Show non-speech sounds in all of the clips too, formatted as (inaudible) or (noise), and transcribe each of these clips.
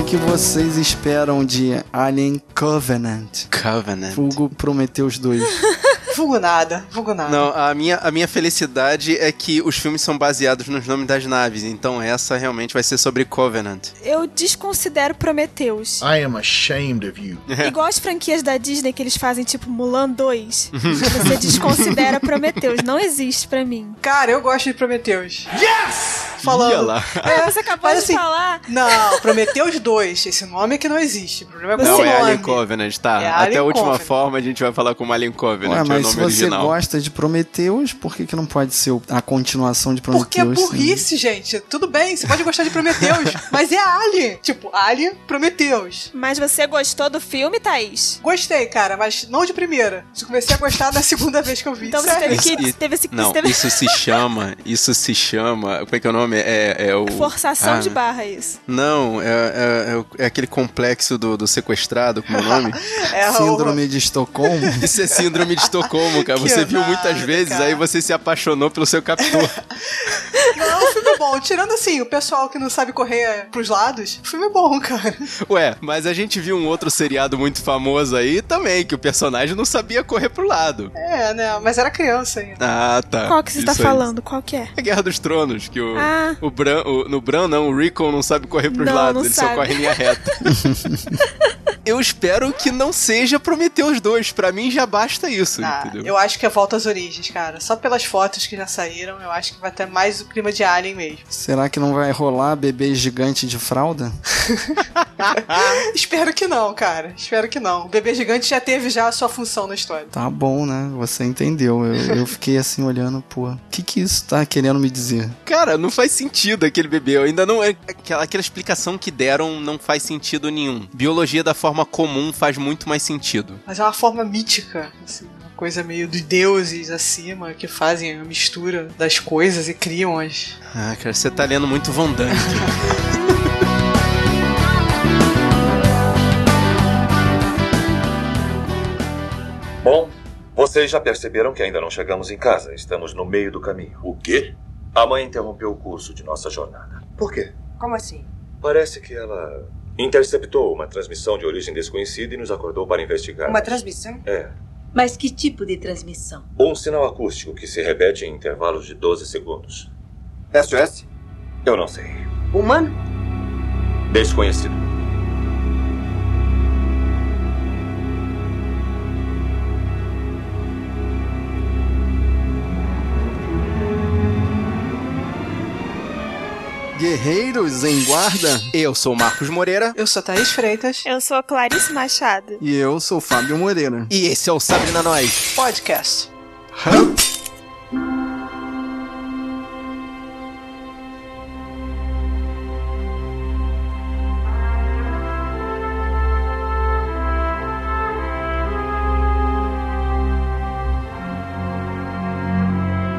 O que vocês esperam de Alien Covenant? Covenant. Fugo Prometeus 2. Vulgo nada, vulgo nada. Não, a minha, a minha felicidade é que os filmes são baseados nos nomes das naves, então essa realmente vai ser sobre Covenant. Eu desconsidero Prometheus. Ah. I am ashamed of you. (laughs) Igual as franquias da Disney que eles fazem, tipo Mulan 2. você desconsidera Prometheus. Não existe (laughs) pra mim. Cara, eu gosto de Prometheus. Yes! Ia Falando. lá. É, você acabou Mas de assim, falar. Não, Prometheus 2. Esse nome é que não existe. O problema é com Não, o é nome. Alien Covenant, tá? Até É a Alien última Covenant. forma a gente vai falar como Alien Covenant, Ué, é o mas nome se você original. gosta de Prometeus, por que, que não pode ser o- a continuação de Prometeus? Porque é sim? burrice, gente. Tudo bem, você pode gostar (laughs) de Prometheus, mas é Alien. Tipo, Alien, Prometheus. Mas você gostou do filme, Thaís? Gostei, cara, mas não de primeira. Eu comecei a gostar da segunda vez que eu vi. Então você Sério. teve que. Isso- teve, esse- Não, você teve isso se chama, isso se chama, como é que é o nome? É, é o... forçação Ah, de barra isso. Não, é, é- é o- é aquele complexo do, do sequerstrado, como é o nome? É, o- Síndrome de Estocolmo? (laughs) Isso é síndrome de Estocolmo, cara. Que Você viu nada, muitas vezes, cara. aí você se apaixonou pelo seu captor. Não, é um filme bom. Tirando assim, o pessoal que não sabe correr pros lados, o filme é bom, (laughs) cara. Ué, mas a gente viu um outro seriado muito famoso aí também, que o personagem não sabia correr pro lado. É, né? Mas era criança ainda. Ah, É, tá. Qual que você Isso tá aí. falando? Qual que é? A Guerra dos Tronos, que o, Ah. o Bran, o- no Bran não, o Rickon não sabe correr pros Não, lados, não ele só sabe. corre em linha (laughs) reta. Eu espero que não seja prometer os dois, pra mim já basta isso, Ah, entendeu? eu acho que é volta às origens, cara. Só pelas fotos que já saíram, eu acho que vai ter mais o clima de Alien mesmo. (laughs) Será que não vai rolar bebê gigante de fralda? Espero que não, cara. Espero que não. O bebê gigante já teve já a sua função na história. Tá bom, né? Você entendeu. Eu, eu fiquei assim olhando, pô, o que, que isso tá querendo me dizer? Cara, não faz sentido aquele bebê. Eu ainda não. Aquela, aquela explicação que deram não faz sentido nenhum. Biologia da forma comum faz muito mais sentido. Mas é uma forma mítica, assim. uma Coisa meio dos deuses acima que fazem a mistura das coisas e criam as. Ah, cara, você tá lendo muito Van Damme. Bom, vocês já perceberam que ainda não chegamos em casa. Estamos no meio do caminho. O quê? A mãe interrompeu o curso de nossa jornada. Por quê? Como assim? Parece que ela interceptou uma transmissão de origem desconhecida e nos acordou para investigar. Uma transmissão? É. Mas que tipo de transmissão? Um sinal acústico que se repete em intervalos de 12 segundos. SOS? Eu não sei. Humano? Desconhecido. Guerreiros em guarda? Eu sou o Marcos Moreira Eu sou Thaís Freitas, Eu sou a Clarice Machado. E eu sou o Fábio Moreira. e esse é o Sabrina Nós. podcast.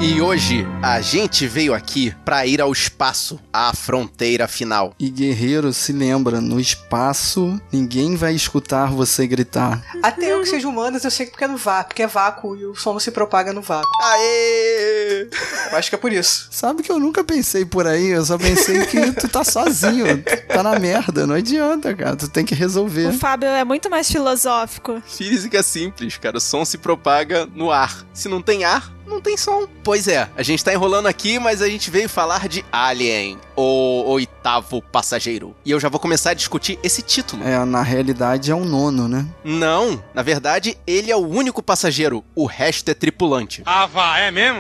E hoje a gente veio aqui pra ir ao espaço, à fronteira final. E guerreiro, se lembra, no espaço ninguém vai escutar você gritar. Até eu que seja humanas, eu sei que porque é no vácuo, porque é vácuo e o som não se propaga no vácuo. Aê! Eu acho que é por isso. Sabe que eu nunca pensei por aí, eu só pensei (laughs) que tu tá sozinho, tu tá na merda, não adianta, cara, tu tem que O resolver. Fábio é muito mais filosófico. Física simples, cara. O som se propaga no ar. Se não tem ar, não tem som. Pois é, a gente tá enrolando aqui, mas a gente veio falar de Alien, o oitavo passageiro. E eu já vou começar a discutir esse título. É, na realidade é um nono, né? Não, na verdade, ele é o único passageiro. O resto é tripulante.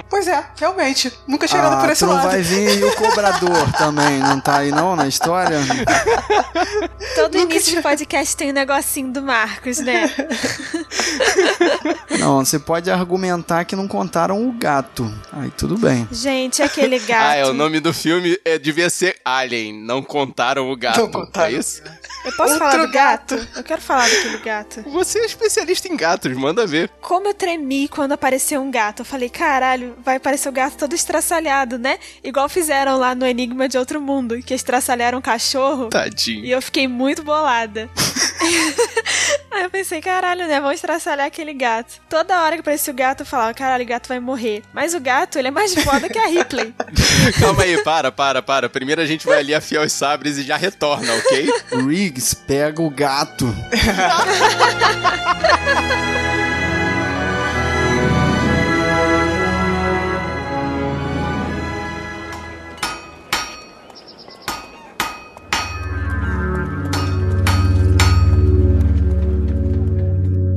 Pois é, realmente. Nunca chegando por esse Ah, tu não lado. vai vir e o (laughs) cobrador também, não tá aí não na história? Todo início de podcast tem um negocinho do (laughs) Marcos, né? Não, você pode argumentar que não contaram o gato. Aí tudo bem. Gente, aquele gato. é, Ah, é, o nome do filme é, devia ser Alien, não contaram o gato. Não contaram. É isso? Eu posso Outro falar do gato? gato. Eu quero falar daquele gato. Você é especialista em gatos, manda ver. Como eu tremi quando apareceu um gato. Eu falei, caralho, vai aparecer o gato todo estraçalhado, né? Igual fizeram lá no Enigma de Outro Mundo, que estraçalharam um cachorro. Tá. E Tadinho. eu fiquei (laughs) muito bolada. Aí eu pensei, caralho, né? Vão estraçalhar aquele gato. Toda hora que aparecia o gato, eu falava, caralho, o gato vai morrer. Mas o gato, ele é mais foda que (laughs) a Ripley. Calma aí, para, para, para. Primeiro a gente vai ali afiar os sabres e já retorna, ok? Riggs pega o gato.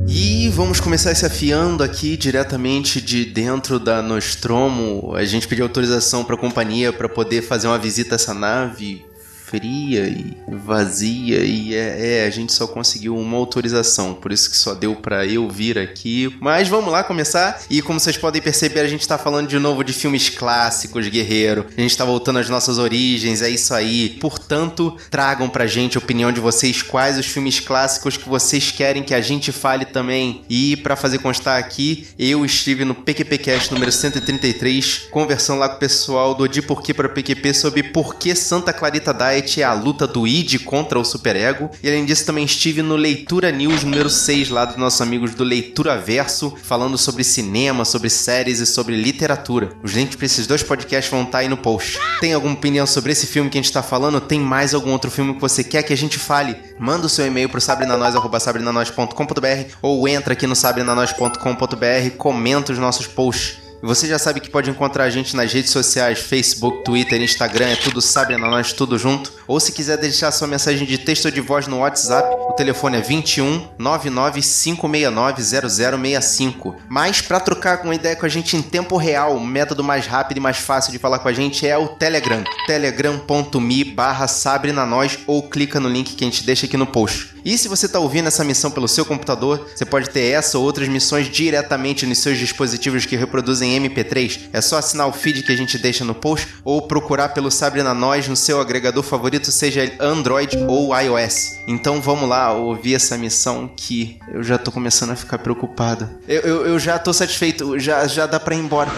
E vamos começar se afiando aqui diretamente de dentro da Nostromo. A gente pediu autorização para a companhia para poder fazer uma visita a essa nave fria e vazia e é, é, a gente só conseguiu uma autorização, por isso que só deu para eu vir aqui. Mas vamos lá começar. E como vocês podem perceber, a gente tá falando de novo de filmes clássicos, guerreiro. A gente tá voltando às nossas origens, é isso aí. Portanto, tragam pra gente a opinião de vocês quais os filmes clássicos que vocês querem que a gente fale também. E pra fazer constar aqui, eu estive no PQPcast número 133, conversando lá com o pessoal do De Porquê para PQP sobre por que Santa Clarita Diet é a luta do id contra o superego. E além disso, também estive no Leitura News número 6, lá dos nossos amigos do Leitura Verso, falando sobre cinema, sobre séries e sobre literatura. Os links para esses dois podcasts vão estar aí no post. Tem alguma opinião sobre esse filme que a gente está falando? Tem mais algum outro filme que você quer que a gente fale? Manda o seu e-mail pro sabrinanois, arroba sabrinanois.com.br ou entra aqui no sabrinanois.com.br, comenta os nossos posts. E Você já sabe que pode encontrar a gente nas redes sociais, Facebook, Twitter, Instagram, é tudo Sabrina Nós, tudo junto. Ou se quiser deixar sua mensagem de texto ou de voz no WhatsApp, o telefone é 21 99 569 0065. Mas para trocar com ideia com a gente em tempo real, o método mais rápido e mais fácil de falar com a gente é o Telegram. telegram.me barra Sabrina Nós ou clica no link que a gente deixa aqui no post. E se você está ouvindo essa missão pelo seu computador, você pode ter essa ou outras missões diretamente nos seus dispositivos que reproduzem MP3. É só assinar o feed que a gente deixa no post ou procurar pelo Sabrina Nós no seu agregador favorito, seja ele Android ou iOS. Então vamos lá ouvir essa missão que eu já tô começando a ficar preocupado. Eu, eu, eu já tô satisfeito, já, já dá pra ir embora.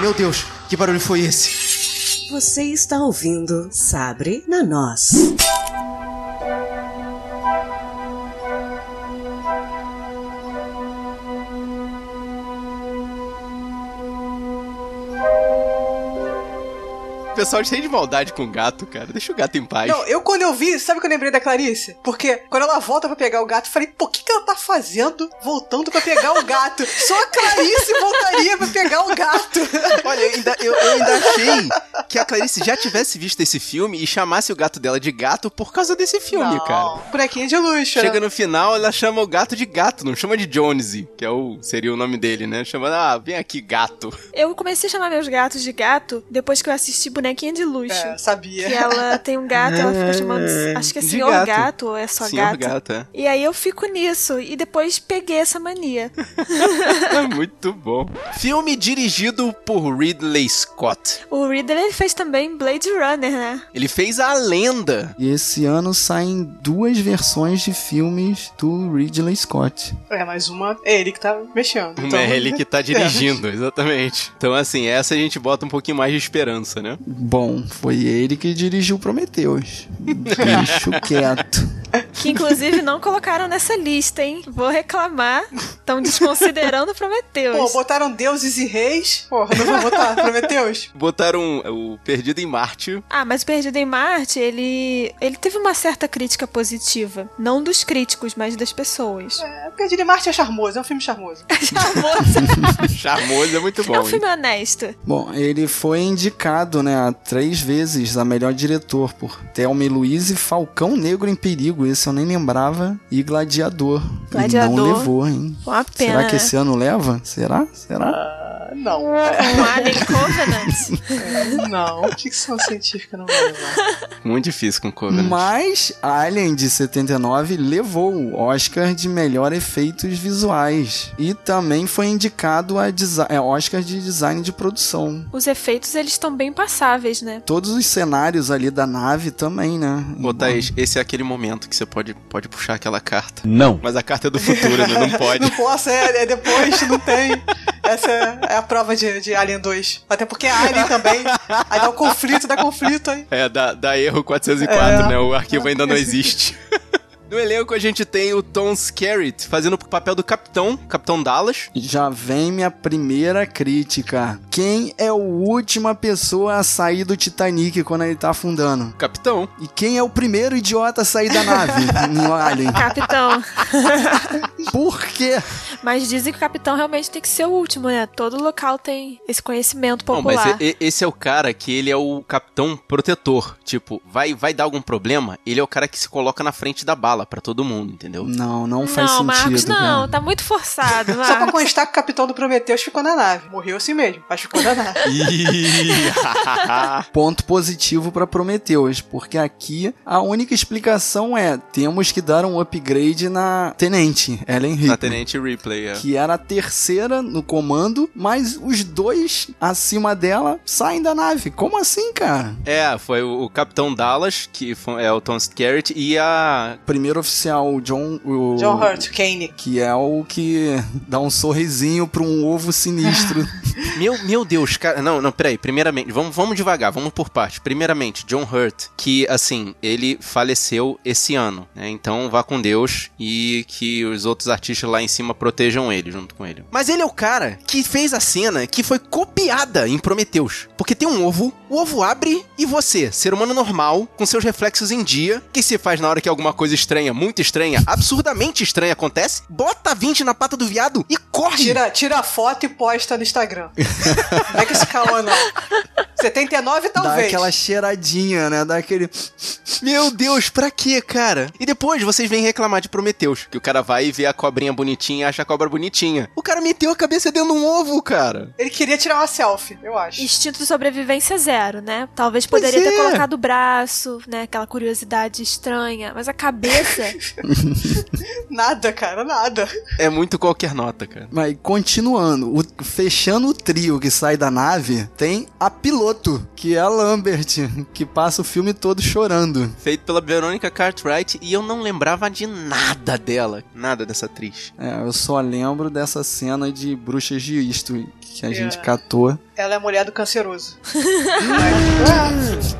Meu Deus, que barulho foi esse? Você está ouvindo Sabre na Nós. O pessoal cheio de maldade com o gato, cara. Deixa o gato em paz. Não, eu quando eu vi, sabe o que eu lembrei da Clarice? Porque quando ela volta pra pegar o gato, eu falei, pô, o que, que ela tá fazendo voltando pra pegar o gato? Só a Clarice voltaria pra pegar o (laughs) gato. Olha, eu ainda, eu- eu ainda achei que a Clarice já tivesse visto esse filme e chamasse o gato dela de gato por causa desse filme, cara. Bonequinha de luxo. Chega né? no final, ela chama o gato de gato, não chama de Jonesy, que é o, seria o nome dele, né? Chama, ah, vem aqui, gato. Eu comecei a chamar meus gatos de gato depois que eu assisti Bonequinha de Luxo. É, Que sabia. ela tem um gato, ela (laughs) fica chamando. Ah, Acho que é de senhor gato. gato. ou é só Senhor gato. gato, é. E aí eu fico nisso. E depois peguei essa mania. É Muito bom. Filme dirigido por Ridley Scott. O Ridley ele fez também Blade Runner, né? Ele fez A Lenda. E esse ano saem duas versões de filmes do Ridley Scott. É, mais uma é ele que tá mexendo. Então, (laughs) é ele que tá dirigindo, exatamente. Então, assim, essa a gente bota um pouquinho mais de esperança, né? Bom, foi ele que dirigiu (laughs) Prometheus. Bicho quieto. Que inclusive não colocaram nessa lista, hein? Vou reclamar. Estão desconsiderando Pô, Prometheus. botaram deuses e reis. Porra, não vou botar, (laughs) Prometeus. Botaram o Perdido em Marte. (laughs) Ah, mas o Perdido em Marte, ele. ele teve uma certa crítica positiva. Não dos críticos, mas das pessoas. (laughs) É porque de Marte é charmoso, é um filme charmoso. (laughs) Charmoso. Charmoso é muito bom. é um hein? filme honesto. Bom, ele foi indicado, né, a três vezes a melhor diretor por Thelma e Luiz e Falcão Negro em Perigo, esse eu nem lembrava, e Gladiador. E Gladiador. não levou, hein? Uma pena. Será que né? esse ano leva? Será? Será? Ah, Não. Com Alien Covenant? Não. Ficção científica não vai levar. Muito difícil com né? Covenant. Mas Alien de 79 levou o Oscar de melhor efeitos visuais e também foi indicado a desi- é, Oscar de design de produção. Os efeitos, eles estão bem passáveis, (laughs) né? Todos os cenários ali da nave também, né? Ô, Thaís, esse é aquele momento que você pode, pode puxar aquela carta. Não. Mas a carta é do futuro, né? (laughs) Não pode. Não posso, é, é depois, não tem. Essa é a prova de, de Alien 2. Até porque é Alien também. Aí dá o conflito, dá conflito aí. É, dá, dá erro 404, É. né? O arquivo ainda não existe. (laughs) No elenco a gente tem o Tom Skerritt fazendo o papel do capitão, Capitão Dallas. Já vem minha primeira crítica. Quem é o última pessoa a sair do Titanic quando ele tá afundando? Capitão. E quem é o primeiro idiota a sair da nave (laughs) no Alien? Capitão. Por quê? Mas dizem que o capitão realmente tem que ser o último, né? Todo local tem esse conhecimento Não, mas popular. e- e- esse é o cara que ele é o capitão protetor. Tipo, vai, vai dar algum problema, ele é o cara que se coloca na frente da bala pra todo mundo, entendeu? Não, não faz não, sentido. Marcos, né? não. cara. Tá muito (laughs) forçado, Só pra Marcos. constar que o capitão do Prometheus ficou na nave. Morreu assim mesmo, mas ficou na nave. Ih, Ponto positivo pra Prometheus, porque aqui a única explicação é temos que dar um upgrade na Tenente, Ellen Ripley. Na Tenente Ripley, é. Que era a terceira no comando, mas os dois acima dela saem da nave. Como assim, cara? É, foi o, o Capitão Dallas, que fo- é o Tom Skerritt, e a... Primeiro oficial John. O... John Hurt, Kane. Que é o que dá um sorrisinho pra um ovo sinistro. Meu, meu Deus, cara... Não, não, peraí. Primeiramente, vamos, vamos devagar, vamos por parte. Primeiramente, John Hurt, que, assim, ele faleceu esse ano, né? Então, vá com Deus e que os outros artistas lá em cima protejam ele, junto com ele. Mas ele é o cara que fez a cena que foi copiada em Prometheus. Porque tem um ovo, o ovo abre e você, ser humano normal, com seus reflexos em dia, que se faz na hora que alguma coisa estranha, muito estranha, absurdamente estranha acontece, bota 20 na pata do viado e corre! Tira, tira a foto e posta no Instagram. Não é que esse caô, não. 79 dá (laughs) talvez. aquela cheiradinha, né? Dá aquele. Meu Deus, pra quê, cara? E depois vocês vêm reclamar de Prometeus, que o cara vai e vê a cobrinha bonitinha e acha a cobra bonitinha. O cara meteu a cabeça dentro de um ovo, cara. Ele queria tirar uma selfie, eu acho. Instinto de sobrevivência zero, né? Talvez Pois poderia ter é. colocado o braço, né? Aquela curiosidade estranha. Mas a cabeça. (laughs) Nada, cara, nada. É muito qualquer nota, cara. Mas continuando, o- fechando o trio que sai da nave, tem a piloto, que é a Lambert, que passa o filme todo chorando. Feito pela Veronica Cartwright e eu não lembrava de nada dela. Nada dessa atriz. É, eu só lembro dessa cena de Bruxas de Isto que a É. gente catou. Ela é mulher (laughs) do canceroso.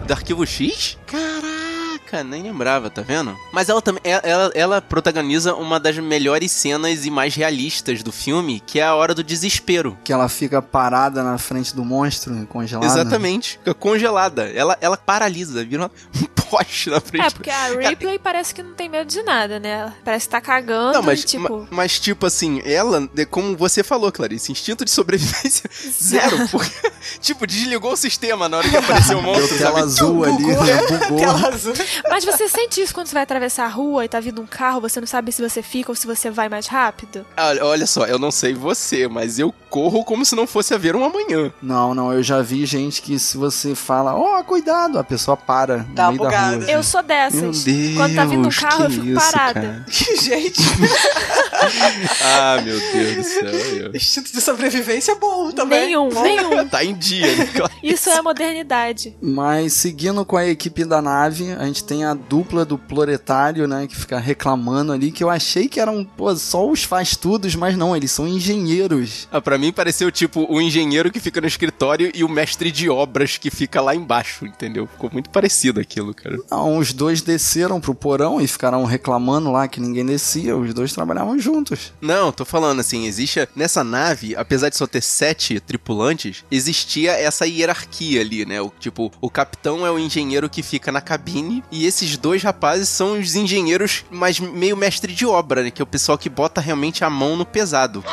Do Arquivo X? Caraca, nem lembrava, tá vendo? Mas ela também. Ela, ela- ela protagoniza uma das melhores cenas e mais realistas do filme, que é a hora do desespero. Que ela fica parada na frente do monstro, né? congelada. Exatamente. Fica congelada. Ela, ela paralisa, vira (laughs) um poste na frente. é, porque a Ripley parece que não tem medo de nada, né? Parece que tá cagando Não, mas, e, tipo. ma- mas tipo assim, ela, de- como você falou, Clarice, instinto de (laughs) sobrevivência zero, porque, (laughs) tipo, desligou o sistema na hora que apareceu é o monstro, Deu tela sabe? Então, azul ali, Bugou, né? é? Bugou. Tela azul. (laughs) Mas você sente isso quando você vai atravessar a rua e tá vindo um carro, você não sabe se você fica ou se você vai mais rápido? (laughs) Olha, olha só, eu não sei você, mas eu corro como se não fosse haver um amanhã. Não, não, eu já vi gente que se você fala, ó, cuidado, a pessoa para no Dá uma meio bugada. da rua. assim. Eu sou dessas. quando tá vindo um carro, eu fico parada. Gente, (laughs) Ah, meu Deus do céu. instinto de sobrevivência é bom também. Nenhum, Bom. nenhum. Tá em dia, né, (laughs) Clarice? Isso é a modernidade. Mas seguindo com a equipe da nave, a gente tem a dupla do proletário, né, que fica reclamando ali, que eu achei que eram pô, só os faz-tudos, mas não, eles são engenheiros. Ah, pra mim pareceu tipo o engenheiro que fica no escritório e o mestre de obras que fica lá embaixo, entendeu? Ficou muito parecido aquilo, cara. Não, Então, os dois desceram pro porão e ficaram reclamando lá que ninguém descia, os dois trabalhavam juntos. Não, tô falando assim, existe. Nessa nave, apesar de só ter sete tripulantes, existia essa hierarquia ali, né? O, tipo, o capitão é o engenheiro que fica na cabine, e esses dois rapazes são os engenheiros, mas meio mestre de obra, né? Que é o pessoal que bota realmente a mão no pesado.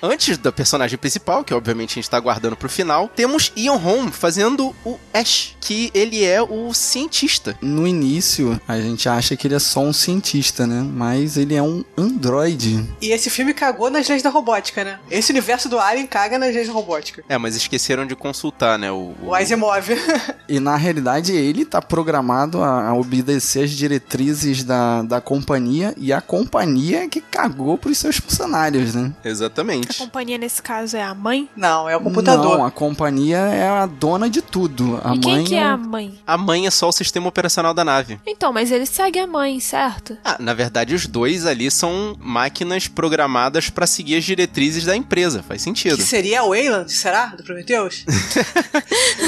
Antes da personagem principal, que obviamente a gente tá guardando pro final, temos Ian Holm fazendo o Ash, que ele é o cientista. No início, a gente acha que ele é só um cientista, né? Mas ele é um androide. E esse filme cagou nas leis da robótica, né? Esse universo do Alien caga nas leis da robótica. É, mas esqueceram de consultar, né? O, O é Asimov. (laughs) E na realidade, ele tá programado a, a obedecer as diretrizes da, da companhia. E a companhia é que cagou pros seus funcionários, né? A Exatamente. companhia nesse caso é a mãe? Não, é o computador. Não, a companhia é a dona de tudo. A e mãe quem que é um- o- a mãe? A mãe é só o sistema operacional da nave. Então, mas ele segue a mãe, certo? Ah, na verdade, os dois ali são máquinas programadas pra seguir as diretrizes da empresa. Faz sentido. que seria o Wayland, será? Do Prometheus?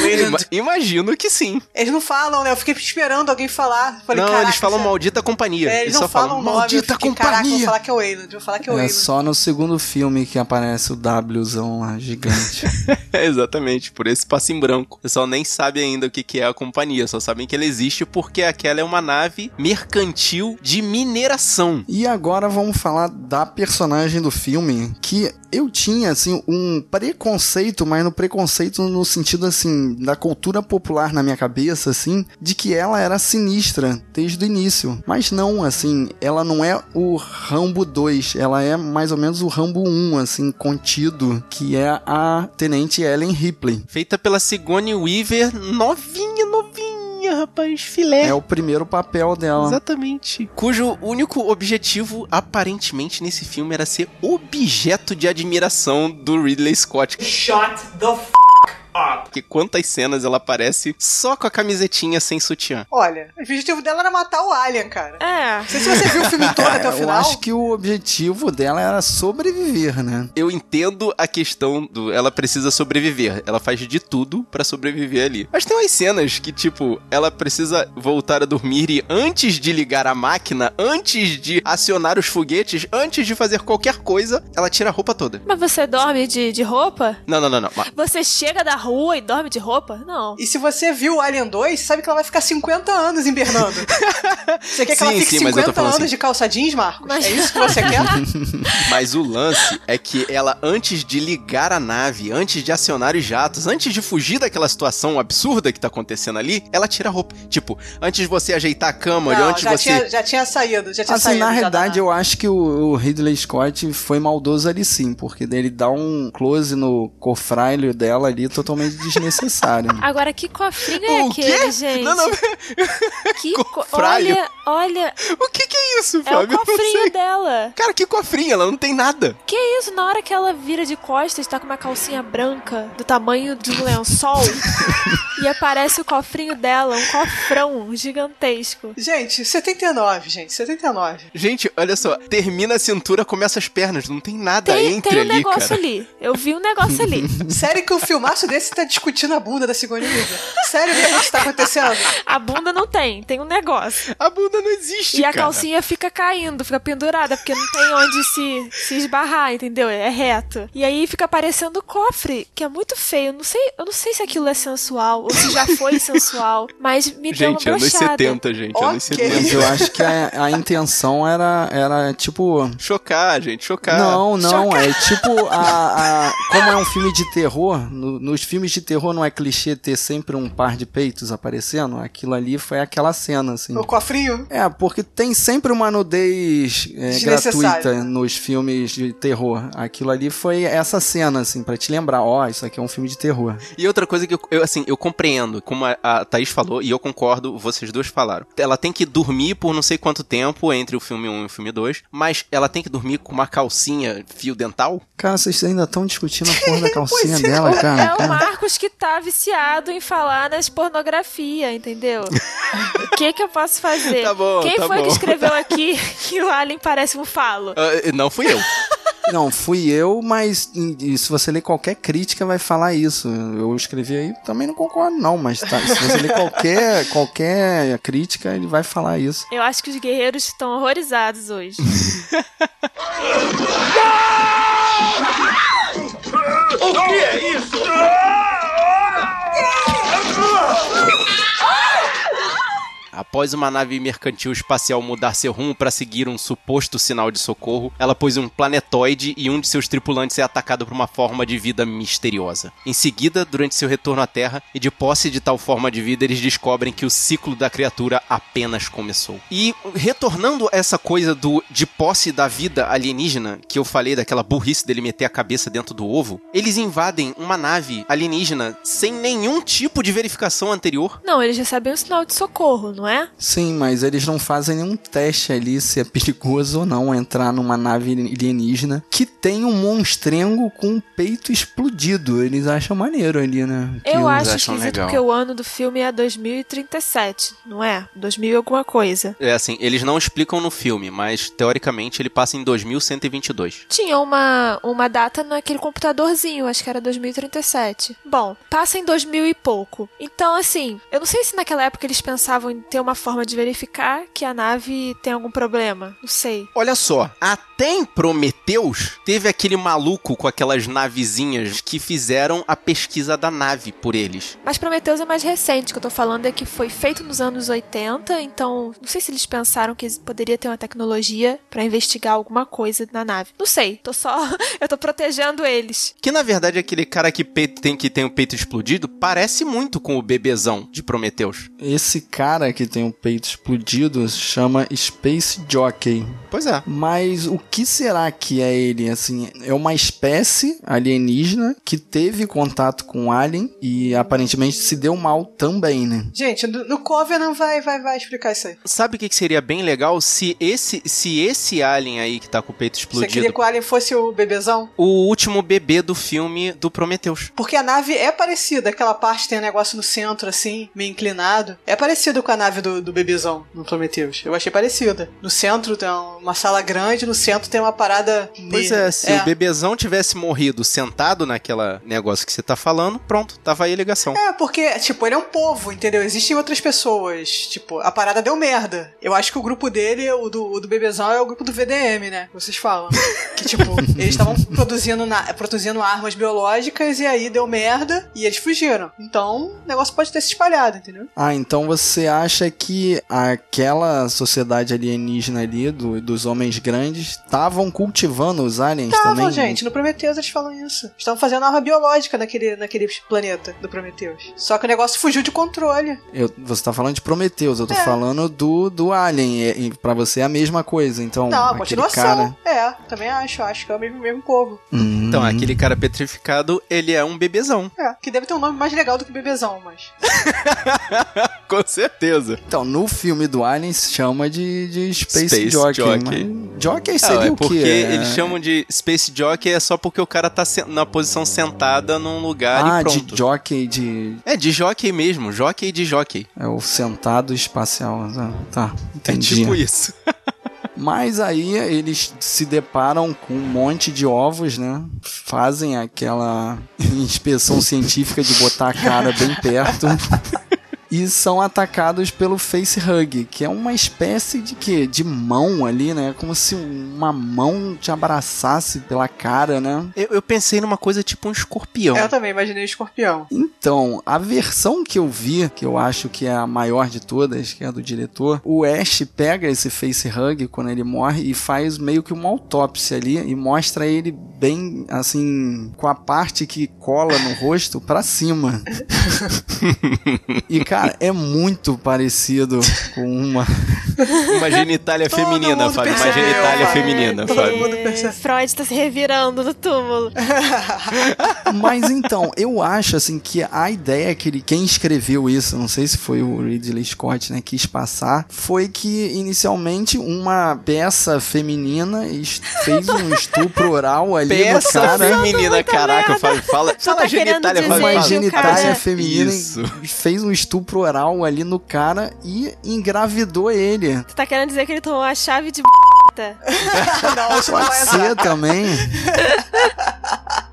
Wayland. Ima- imagino que sim. Eles não falam, né? Eu fiquei esperando alguém falar. Falei, não, "Caraca, eles falam será?" maldita companhia. É, eles, eles não só falam falam o nome, eu maldita fiquei, Caraca, vou companhia. falar que é o Wayland, vou falar que é o É né? Wayland. só no segundo filme que aparece o Wzão lá, gigante. É, exatamente, por esse passo em branco. O pessoal nem sabe ainda o que que é a companhia, só sabem que ela existe porque aquela é uma nave mercantil de mineração. e agora vamos falar da personagem do filme, que eu tinha, assim, um preconceito, mas no preconceito no sentido, assim, da cultura popular na minha cabeça, assim, de que ela era sinistra desde o início. Mas não, assim, ela não é o Rambo 2, ela é mais ou menos o Rambo 1, assim, contido, que é a Tenente Ellen Ripley. Feita pela Sigourney Weaver, novinha, novinha, rapaz, filé. É o primeiro papel dela. Exatamente. Cujo único objetivo, aparentemente, nesse filme era ser objeto de admiração do Ridley Scott. Shut the f up. Porque quantas cenas ela aparece só com a camisetinha sem sutiã. Olha, o objetivo dela era matar o Alien, cara. É. Não sei se você viu o filme todo até o É, Eu final. acho que o objetivo dela era sobreviver, né? Eu entendo a questão do ela precisa sobreviver. Ela faz de tudo pra sobreviver ali. Mas tem umas cenas que, tipo, ela precisa voltar a dormir e antes de ligar a máquina, antes de acionar os foguetes, antes de fazer qualquer coisa, ela tira a roupa toda. Mas você dorme de, de roupa? Não, não, não, não. Mas- Você chega da rua e dorme de roupa? Não. E se você viu o Alien 2, sabe que ela vai ficar 50 (laughs) anos invernando. Você quer que ela Sim, fique sim, mas eu tô 50 falando anos assim. de calça jeans, Marcos? Mas- É isso que (laughs) você quer? Mas o lance é que ela, antes de ligar a nave, antes de acionar os jatos, antes de fugir daquela situação absurda que tá acontecendo ali, ela tira a roupa. Tipo, antes de você ajeitar a cama, Não, ou antes de já, você. tinha, já tinha saído, já tinha Assim, saído. na já tá realidade, da- eu acho que o, o Ridley Scott foi maldoso ali sim, porque ele dá um close no cofrailho dela ali é totalmente desnecessário. né? (laughs) Agora, que cofrinho é O aquele, quê? gente? Não, (laughs) não, Que co- cofralho. Olha, olha, o que que é isso, é o Fábio? Eu não sei. cofrinho dela. Cara, que cofrinho, ela não tem nada. Que isso, na hora que ela vira de costas, tá com uma calcinha branca do tamanho de (laughs) um lençol e aparece o cofrinho dela, um cofrão gigantesco. Gente, 79, gente, 79. Gente, olha só, termina a cintura, começa as pernas, não tem nada Tá, Tem, entre tem um ali, negócio cara. ali. Eu vi um (laughs) negócio ali. Sério que um filmaço desse tá discutindo a bunda da Sigourney Weaver? Sério que isso (laughs) tá acontecendo? A bunda não tem, tem um negócio. A bunda não existe, E a cara. calcinha fica caindo, fica pendurada, porque não tem onde se, se esbarrar, entendeu? É reto. E aí fica aparecendo o cofre, que é muito feio. Eu não sei, eu não sei se aquilo é sensual ou se já foi sensual, mas me deu uma Gente, é anos brochada. 70, gente, anos Ok. 70. Mas eu acho que a, a intenção era, era tipo. Chocar, gente, chocar. Não, não, é tipo a, a- Como é um filme de terror, no- nos filmes de terror não é clichê ter sempre um par de peitos aparecendo? Aquilo ali foi aquela cena, assim. O cofrinho? É, porque tem sempre uma nudez é, Desnecessária. né? gratuita nos filmes de terror. Aquilo ali foi essa cena, assim, pra te lembrar, ó, isso aqui é um filme de terror. E outra coisa que eu, eu, assim, eu compreendo, como a, a Thaís falou, e eu concordo, vocês duas falaram. Ela tem que dormir por não sei quanto tempo entre o filme 1 e o filme 2, mas ela tem que dormir com uma calcinha fio dental? Cara, vocês ainda estão discutindo (laughs) a porra da calcinha dela, cara. É o cara. Marcos que tá viciado em falar nas pornografia, entendeu? O que que eu posso fazer? Tá bom, Quem tá foi bom. (laughs) que escreveu aqui (laughs) que o Alien parece um falo? Ah, não fui eu. Não, fui eu, mas e, e se você ler qualquer crítica, vai falar isso. Eu escrevi aí, também não concordo, não, mas tá, se você ler qualquer, qualquer crítica, ele vai falar isso. Eu acho que os guerreiros estão horrorizados hoje. (laughs) Após uma nave mercantil espacial mudar seu rumo para seguir um suposto sinal de socorro, ela pôs um planetoide e um de seus tripulantes é atacado por uma forma de vida misteriosa. Em seguida, durante seu retorno à Terra e de posse de tal forma de vida, eles descobrem que o ciclo da criatura apenas começou. E retornando a essa coisa do de posse da vida alienígena, que eu falei daquela burrice dele meter a cabeça dentro do ovo, eles invadem uma nave alienígena sem nenhum tipo de verificação anterior Não, eles recebem um sinal de socorro, não é? Sim, mas eles não fazem nenhum teste ali se é perigoso ou não entrar numa nave alienígena que tem um monstrengo com o peito explodido. Eles acham maneiro ali, né? Eu Aquilo. acho acham esquisito legal. porque o ano do filme é 2037, não é? 2000 e alguma coisa. É assim, eles não explicam no filme, mas teoricamente ele passa em 2122. Tinha uma, uma data naquele computadorzinho, acho que era 2037. Bom, passa em 2000 e pouco. Então, assim, eu não sei se naquela época eles pensavam em ter uma forma de verificar que a nave tem algum problema. Não sei. Olha só, até em Prometeus teve aquele maluco com aquelas navezinhas que fizeram a pesquisa da nave por eles. Mas Prometheus é mais recente, o que eu tô falando é que foi feito nos anos 80, então não sei se eles pensaram que poderia ter uma tecnologia pra investigar alguma coisa na nave. Não sei, tô só. (laughs) eu tô protegendo eles. Que na verdade aquele cara que pe- tem que tem o peito explodido parece muito com o bebezão de Prometeus. Esse cara que tem o peito explodido se chama Space Jockey. Pois é. Mas o que será que é ele? Assim, é uma espécie alienígena que teve contato com o alien e aparentemente se deu mal também, né? Gente, no, no Covenant vai, vai, vai explicar isso aí. Sabe o que que seria bem legal se esse se esse alien aí que tá com o peito Você queria explodido, que o Alien fosse o bebezão? o último bebê do filme do Prometeus? Porque a nave é parecida, aquela parte tem um negócio no centro, assim, meio inclinado. É parecido com a nave do, do bebezão no Prometheus. Eu achei parecida. No centro tem uma sala grande, no centro tem uma parada. Pois nele. é, se o bebezão tivesse morrido sentado naquela negócio que você tá falando, pronto, tava aí a ligação. É, porque, tipo, ele é um povo, entendeu? Existem outras pessoas. Tipo, a parada deu merda. Eu acho que o grupo dele, o do, o do Bebezão, é o grupo do VDM, né? (laughs) Vocês falam. Que, tipo, eles estavam produzindo, na- produzindo armas biológicas e aí deu merda e eles fugiram. Então, o negócio pode ter se espalhado, entendeu? Ah, então você acha que aquela sociedade alienígena ali, do- dos homens grandes, estavam cultivando os aliens Estavam, também? gente. No Prometheus eles falam isso. Estavam fazendo arma biológica naquele, naquele planeta do Prometheus. Só que o negócio fugiu de controle. Eu- você tá falando de Prometheus, eu tô É. falando do, do Alien. É, e pra você é a mesma coisa, então. Não, a aquele Tá, continuação. Cara... É, também acho. Acho que é o mesmo, mesmo povo. Hum. Então, aquele cara petrificado, ele é um bebezão. É, que deve ter um nome mais legal do que Bebezão, mas. (laughs) Com certeza. Então, no filme do Alien se chama de, de Space, Space Jockey. Jockey. mas Jockey Ah, seria é o quê? porque É- eles chamam de Space Jockey é só porque o cara tá sen- na posição sentada num lugar Ah, e pronto. de Jockey, de. É de jockey mesmo, jockey de jockey. É o sentado espacial. né? Tá, entendi. É tipo isso. Mas aí eles se deparam com um monte de ovos, né? Fazem aquela (laughs) inspeção científica de botar a cara bem perto. E são atacados pelo facehug, que é uma espécie de quê? De mão ali, né? Como se uma mão te abraçasse pela cara, né? Eu, eu pensei numa coisa tipo um escorpião. (laughs) Eu também imaginei (laughs) o escorpião. Então, a versão que eu vi, que eu acho que é a maior de todas, que é a do diretor, o Ash pega esse facehug quando ele morre e faz meio que uma autópsia ali e mostra ele bem, assim, com a parte que cola no rosto pra cima. e, cara, é muito parecido com uma... Uma genitália Todo feminina, mundo Fábio. Uma percebeu, genitália Fábio. feminina, é, Todo Fábio. mundo percebe. Freud tá se revirando no túmulo. Mas então, eu acho assim que a ideia que ele, quem escreveu isso, não sei se foi o Ridley Scott, né, quis passar, foi que inicialmente uma peça feminina es- fez um estupro oral ali no Peça cara. feminina, caraca, Fábio. Fala, fala tá querendo genitália, dizer Fábio. Uma Mas fala. o genitália cara- feminina Isso. e fez um estupro oral ali no cara e engravidou ele. Tu tá querendo dizer que ele tomou a chave de (laughs) b****? não, é isso não Pode vai entrar. ser também.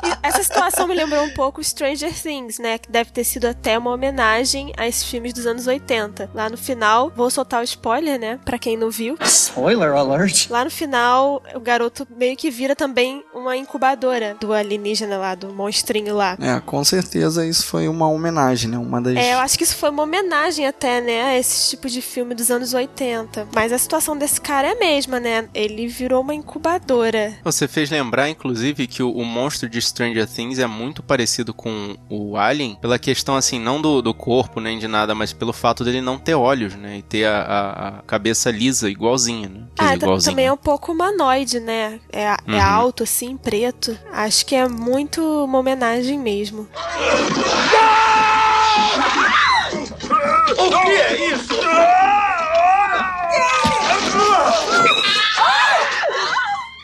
E Essa situação me lembrou um pouco Stranger Things, né? Que deve ter sido até uma homenagem a esses filmes dos anos 80. Lá no final, vou soltar o spoiler, né? Pra quem não viu. Spoiler alert. Lá no final, o garoto meio que vira também uma incubadora do alienígena lá, do monstrinho lá. É, com certeza isso foi uma homenagem, né? Uma das. É, eu acho que isso foi uma homenagem até, né, a esse tipo de filme dos anos 80. Mas a situação desse cara é a mesma, né? Ele virou uma incubadora. Você fez lembrar, inclusive, que o, o monstro de Stranger Things é muito parecido com o Alien, pela questão, assim, não do, do corpo nem de nada, mas pelo fato dele não ter olhos, né? E ter a, a- a cabeça lisa, igualzinha, né? Quer Ah, dizer, ta- igualzinha. também é um pouco humanoide, né? É, é Uhum. alto, assim, preto. Acho que é muito uma homenagem mesmo.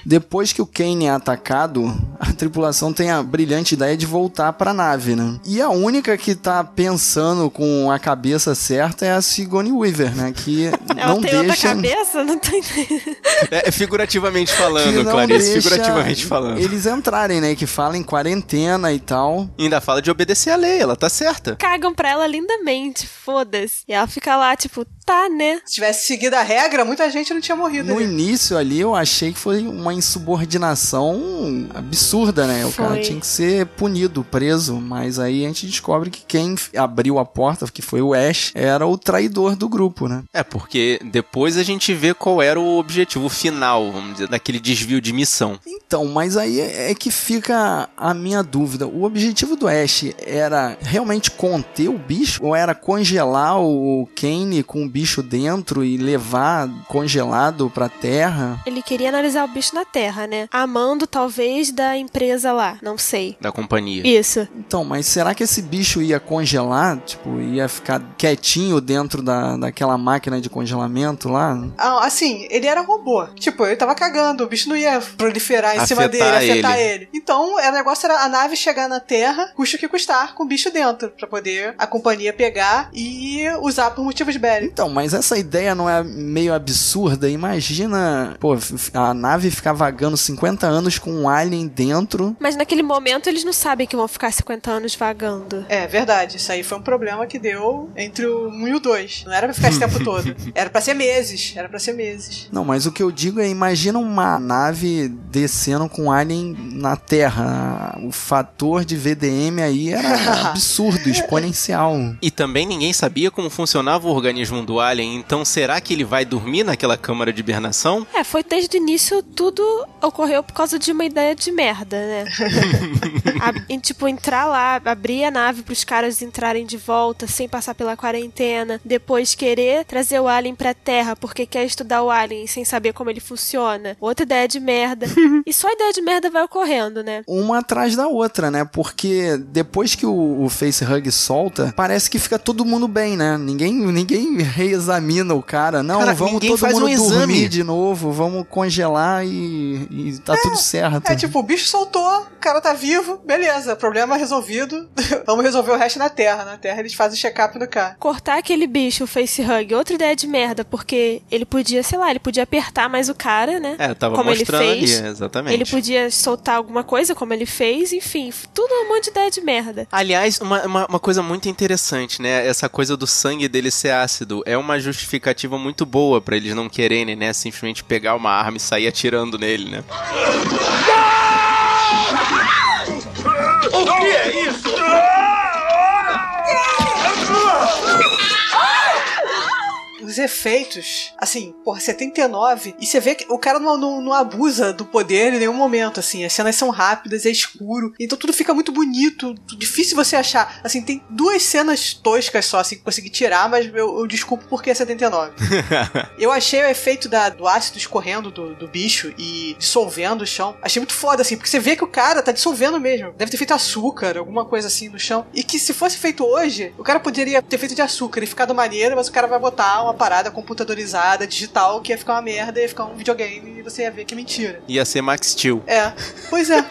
Depois que o Kane é atacado, a tripulação tem a brilhante ideia de voltar pra nave, né? E a única que tá pensando com a cabeça certa é a Sigourney Weaver, né? Que (laughs) Ela não tem outra deixa... cabeça? (laughs) Não tô entendendo. É, figurativamente que falando, não Clarice, deixa figurativamente falando. Eles entrarem, né? Que falam em quarentena e tal. Ainda fala de obedecer à lei, ela tá certa. Cagam pra ela lindamente, foda-se. E ela fica lá, tipo, tá, né? Se tivesse seguido a regra, muita gente não tinha morrido. No ali. início ali eu achei que foi uma insubordinação absurda, né? O cara Foi. tinha que ser punido, preso, mas aí a gente descobre que quem f- abriu a porta, que foi o Ash, era o traidor do grupo, né? É, porque depois a gente vê qual era o objetivo final, vamos dizer, daquele desvio de missão. Então, mas aí é é que fica a minha dúvida. O objetivo do Ash era realmente conter o bicho ou era congelar o Kane com o bicho dentro e levar congelado pra terra? Ele queria analisar o bicho na Terra, né? Amando, talvez, da empresa lá. Não sei. Da companhia. Isso. Então, mas será que esse bicho ia congelar? Tipo, ia ficar quietinho dentro da, daquela máquina de congelamento lá? Ah, assim, ele era robô. Tipo, ele tava cagando, o bicho não ia proliferar em cima dele, Afetar afetar ele. Então, é, o negócio era a nave chegar na Terra, custa o que custar, com o bicho dentro, pra poder a companhia pegar e usar por motivos bélicos. Então, mas essa ideia não é meio absurda? Imagina, pô, f- a nave ficar vagando 50 anos com um alien dentro. Mas naquele momento eles não sabem que vão ficar 50 anos vagando. É, verdade. Isso aí foi um problema que deu entre o 1 e o 2. Não era pra ficar esse tempo todo. Era pra ser meses. Era pra ser meses. Não, mas o que eu digo é, imagina uma nave descendo com um alien na Terra. O fator de VDM aí (laughs) era absurdo, exponencial. E também ninguém sabia como funcionava o organismo do alien, então será que ele vai dormir naquela câmara de hibernação? É, foi desde o início tudo ocorreu por causa de uma ideia de merda, né? A- em, tipo, entrar lá, abrir a nave pros caras entrarem de volta sem passar pela quarentena, depois querer trazer o alien pra terra porque quer estudar o alien sem saber como ele funciona. Outra ideia de merda. e só ideia de merda vai ocorrendo, né? uma atrás da outra, né? Porque depois que o, o facehug solta, parece que fica todo mundo bem, né? Ninguém, ninguém reexamina o cara. Não, Cara, vamos ninguém todo faz mundo um dormir exame. de novo, vamos congelar e, e tá tudo certo. É tipo, o bicho soltou, o cara tá vivo, beleza, problema resolvido. (laughs) Vamos resolver o resto na Terra. Na Terra eles fazem o check-up do cara. Cortar aquele bicho, o face hug, outra ideia de merda, porque ele podia, sei lá, ele podia apertar mais o cara, né? É, tava Como ele mostrando fez, ali, exatamente. Ele podia soltar alguma coisa, como ele fez, enfim, tudo um monte de ideia de merda. Aliás, uma, uma, uma coisa muito interessante, né? Essa coisa do sangue dele ser ácido é uma justificativa muito boa pra eles não quererem, né? Simplesmente pegar uma arma e sair atirando nele, né? os efeitos, assim, porra, 79, e você vê que o cara não, não, não abusa do poder em nenhum momento, assim, as cenas são rápidas, é escuro, então tudo fica muito bonito, difícil você achar, assim, tem duas cenas toscas só, assim, que consegui tirar, mas eu, eu desculpo porque é 79. eu achei o efeito da, do ácido escorrendo do, do bicho e dissolvendo o chão, achei muito foda, assim, porque você vê que o cara tá dissolvendo mesmo, deve ter feito açúcar, alguma coisa assim no chão, e que se fosse feito hoje, o cara poderia ter feito de açúcar e ficado maneiro, mas o cara vai botar uma parada computadorizada, digital, que ia ficar uma merda, ia ficar um videogame, e você ia ver que é mentira. Ia ser Max Steel. É, (laughs) pois é.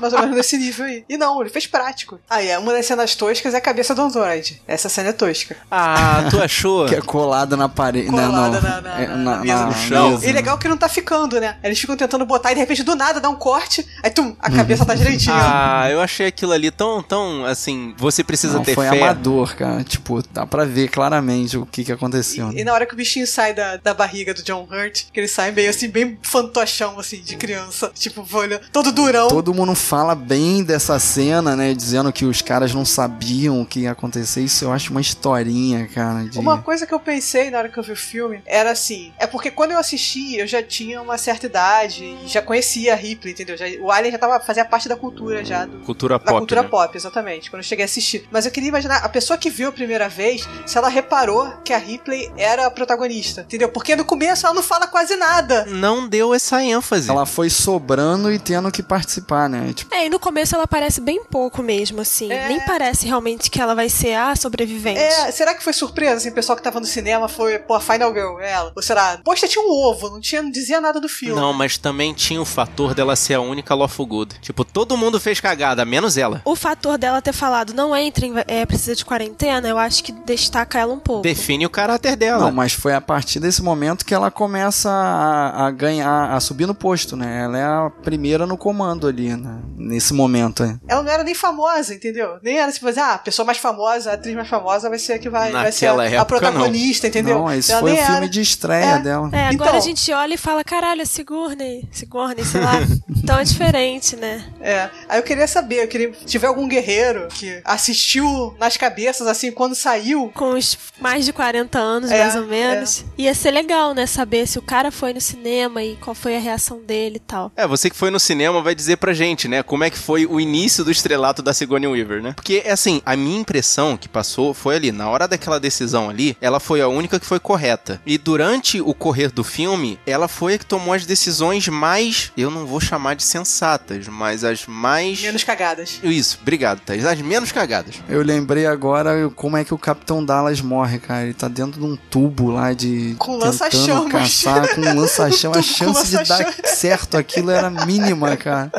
Mais ou menos nesse nível aí. E não, ele fez prático. Aí, é uma das cenas toscas é a cabeça do Android. Essa cena é tosca. Ah, tu achou? Que é colada na parede. Colada não, não. na- na- É, na- na mesa do chão. mesa. E legal que não tá ficando, né? Eles ficam tentando botar e de repente do nada dá um corte, aí tum, a cabeça tá direitinho. Ah, eu achei aquilo ali tão, tão, assim, você precisa Não, ter foi fé. amador, cara. Tipo, dá pra ver claramente o que que aconteceu. né? E na hora que o bichinho sai da, da barriga do John Hurt, que ele sai meio assim, bem fantochão, assim, de criança. Tipo, olha, todo durão. Todo mundo fala bem dessa cena, né? Dizendo que os caras não sabiam o que ia acontecer. Isso eu acho uma historinha, cara. De... Uma coisa que eu pensei na hora que eu vi o filme era assim: é porque quando eu assisti, eu já tinha uma certa idade e já conhecia a Ripley, entendeu? Já- o Alien já tava, fazia parte da cultura já do, Cultura Da pop. cultura né? pop, exatamente, quando eu cheguei a assistir. Mas eu queria imaginar, a pessoa que viu a primeira vez, se ela reparou que a Ripley era a protagonista, entendeu? Porque no começo ela não fala quase nada. Não deu essa ênfase. Ela foi sobrando e tendo que participar, né? Tipo, É, e no começo ela aparece bem pouco mesmo, assim. É. Nem parece realmente que ela vai ser a sobrevivente. É, será que foi surpresa, assim, o pessoal que tava no cinema foi, pô, a Final Girl, é ela. Ou será, poxa, tinha um ovo, não tinha, não dizia nada do filme. Não, mas também tinha o fator dela ser a única Lawful Good. Tipo, todo mundo fez cagada, menos ela. O fator dela ter falado não entrem, é, precisa de quarentena, eu acho que destaca ela um pouco. Define o caráter dela. Não, mas foi a partir desse momento que ela começa a, a ganhar, a subir no posto, né? Ela é a primeira no comando ali, né? Nesse momento, né? Ela não era nem famosa, entendeu? Nem era tipo assim, ah, a pessoa mais famosa, a atriz mais famosa vai ser a que vai, vai ser a, Naquela a época, protagonista, entendeu? Não, esse Ela foi o nem filme era. de estreia É. dela. É, agora Então- a gente olha e fala, caralho, é Sigourney, Sigourney, sei lá. então é diferente, né? É. Aí eu queria saber, eu queria. Se tiver algum guerreiro que assistiu nas cabeças, assim, quando saiu. Com os mais de 40 anos, É, mais ou menos. Ia ser legal, né? Saber se o cara foi no cinema e qual foi a reação dele e tal. É, você que foi no cinema vai dizer pra gente, né, como é que foi o início do estrelato da Sigourney Weaver, né? Porque, assim, a minha impressão que passou foi ali, na hora daquela decisão ali, ela foi a única que foi correta. E durante o correr do filme, ela foi a que tomou as decisões mais, eu não vou chamar de sensatas, mas as mais... Menos cagadas. Isso, obrigado, Thaís. As menos cagadas. Eu lembrei agora como é que o Capitão Dallas morre, cara. Ele tá dentro de um tubo lá de. Com tentando lança-chamas. caçar com um lança-chama. Um (laughs) A tubo com chance de dar lança-chamas. certo aquilo era mínima, cara.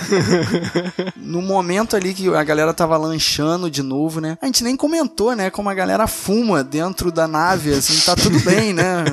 No momento ali que a galera tava lanchando de novo, né? A gente nem comentou, né? Como a galera fuma dentro da nave, assim, tá tudo bem, (laughs) né?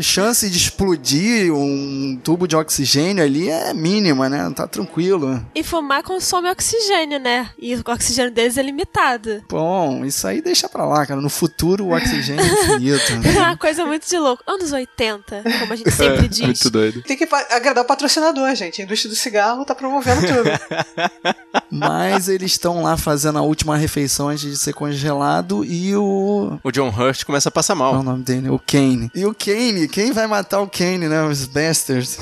Chance de explodir um tubo de oxigênio ali é mínima, né? Tá tranquilo. E fumar consome oxigênio, né? E o oxigênio deles é limitado. (laughs) Bom, isso aí deixa pra lá, cara. No futuro o oxigênio é infinito. É né? uma coisa muito de louco. Anos 80, como a gente sempre diz. É, doido. Tem que pa- agradar o patrocinador, gente. A indústria do cigarro tá promovendo tudo. Mas eles estão lá fazendo a última refeição antes de ser congelado e o. O John Hurt começa a passar Qual é o mal. nome dele? O Kane. E o Kane, quem vai matar o Kane, né? Os bastards.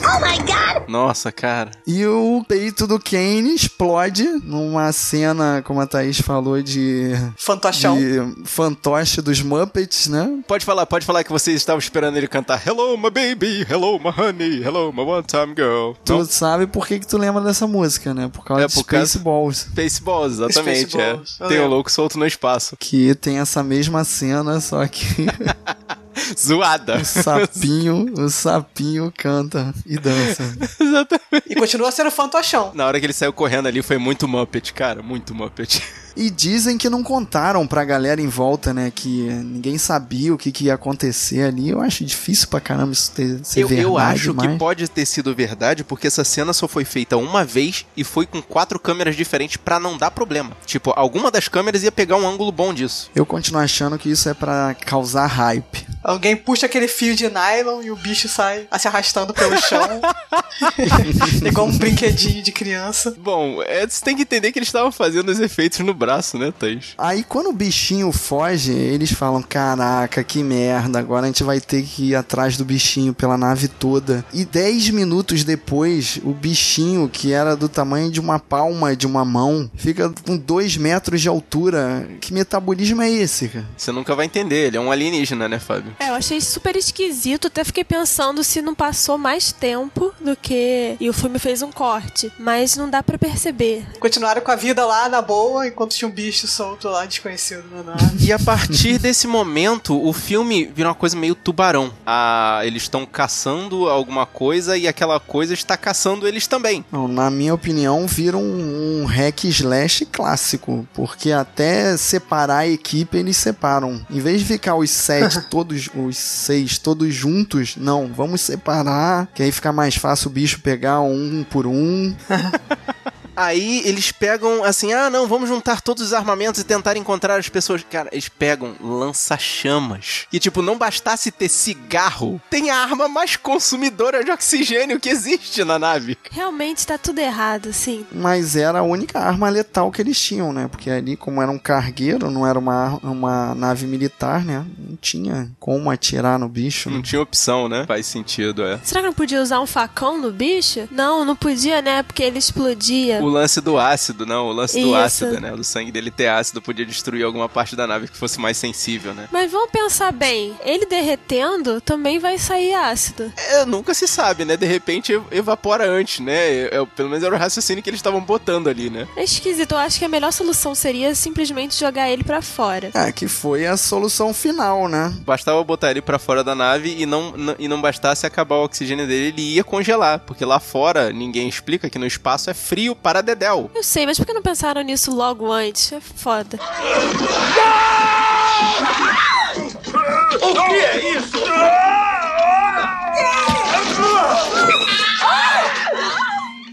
Nossa, cara. E o peito do Kane explode numa cena, como a Thaís falou, de. Fantochão. de fantoche dos Muppets, né? Pode falar, pode falar que vocês estavam esperando ele cantar Hello, my baby, hello, my honey, hello, my one-time girl. Tu Não? sabe por que, que tu lembra dessa música, né? Por causa É, de por causa- Spaceballs. Spaceballs, exatamente, Spaceballs, é. eu Tem o lembro. louco solto no espaço. Que tem essa mesma cena, só que Zoada. (laughs) o sapinho, o sapinho canta e dança. E continua sendo fantochão. Na hora que ele saiu correndo ali, foi muito Muppet, cara, muito Muppet. E dizem que não contaram pra galera em volta, né? Que ninguém sabia o que, que ia acontecer ali. Eu acho difícil pra caramba isso ter, ser eu, verdade. eu acho que mas- pode ter sido verdade, porque essa cena só foi feita uma vez e foi com quatro câmeras diferentes pra não dar problema. Tipo, alguma das câmeras ia pegar um ângulo bom disso. Eu continuo achando que isso é pra causar hype. Alguém puxa aquele fio de nylon e o bicho sai se arrastando pelo chão. Igual um brinquedinho de criança. Bom, é, você tem que entender que eles estavam fazendo os efeitos no braço, né, Thaís? Aí quando o bichinho foge, eles falam: Caraca, que merda, agora a gente vai ter que ir atrás do bichinho pela nave toda. E 10 minutos depois, o bichinho, que era do tamanho de uma palma de uma mão, fica com 2 metros de altura. Que metabolismo é esse, cara? Você nunca vai entender, ele é um alienígena, né, Fábio? É, eu achei super esquisito, até fiquei pensando se não passou mais tempo do que. E o filme fez um corte, mas não dá pra perceber. Continuaram com a vida lá na boa, enquanto solto, tinha um bicho solto lá, desconhecido né, no nada. E a partir desse momento, o filme vira uma coisa meio tubarão. Ah, eles estão caçando alguma coisa e aquela coisa está caçando eles também. Não, na minha opinião, vira um, um hack slash clássico, porque até separar a equipe eles separam. Em vez de ficar os sete, todos, os seis, todos juntos, não, vamos separar, que aí fica mais fácil o bicho pegar um por um. Aí eles pegam assim, ah não, vamos juntar todos os armamentos e tentar encontrar as pessoas. Cara, eles pegam lança-chamas. E tipo, não bastasse ter cigarro, tem a arma mais consumidora de oxigênio que existe na nave. Realmente tá tudo errado, assim. Mas era a única arma letal que eles tinham, né? Porque ali, como era um cargueiro, não era uma, ar- uma nave militar, né? Não tinha como atirar no bicho. Não né? tinha opção, né? Faz sentido, é. Será que não podia usar um facão no bicho? Não, não podia, né? Porque ele explodia. O lance do ácido, não, o lance do Isso. ácido, né? O do sangue dele ter ácido podia destruir alguma parte da nave que fosse mais sensível, né? Mas vamos pensar bem, ele derretendo também vai sair ácido. É, nunca se sabe, né? De repente ev- evapora antes, né? É, é, pelo menos era o raciocínio que eles estavam botando ali, né? É esquisito, eu acho que a melhor solução seria simplesmente jogar ele pra fora. É, que foi a solução final, né? Bastava botar ele pra fora da nave e não, n- e não bastasse acabar o oxigênio dele, ele ia congelar. Porque lá fora, ninguém explica que no espaço é frio para dedéu. Eu sei, mas por que não pensaram nisso logo antes? É foda.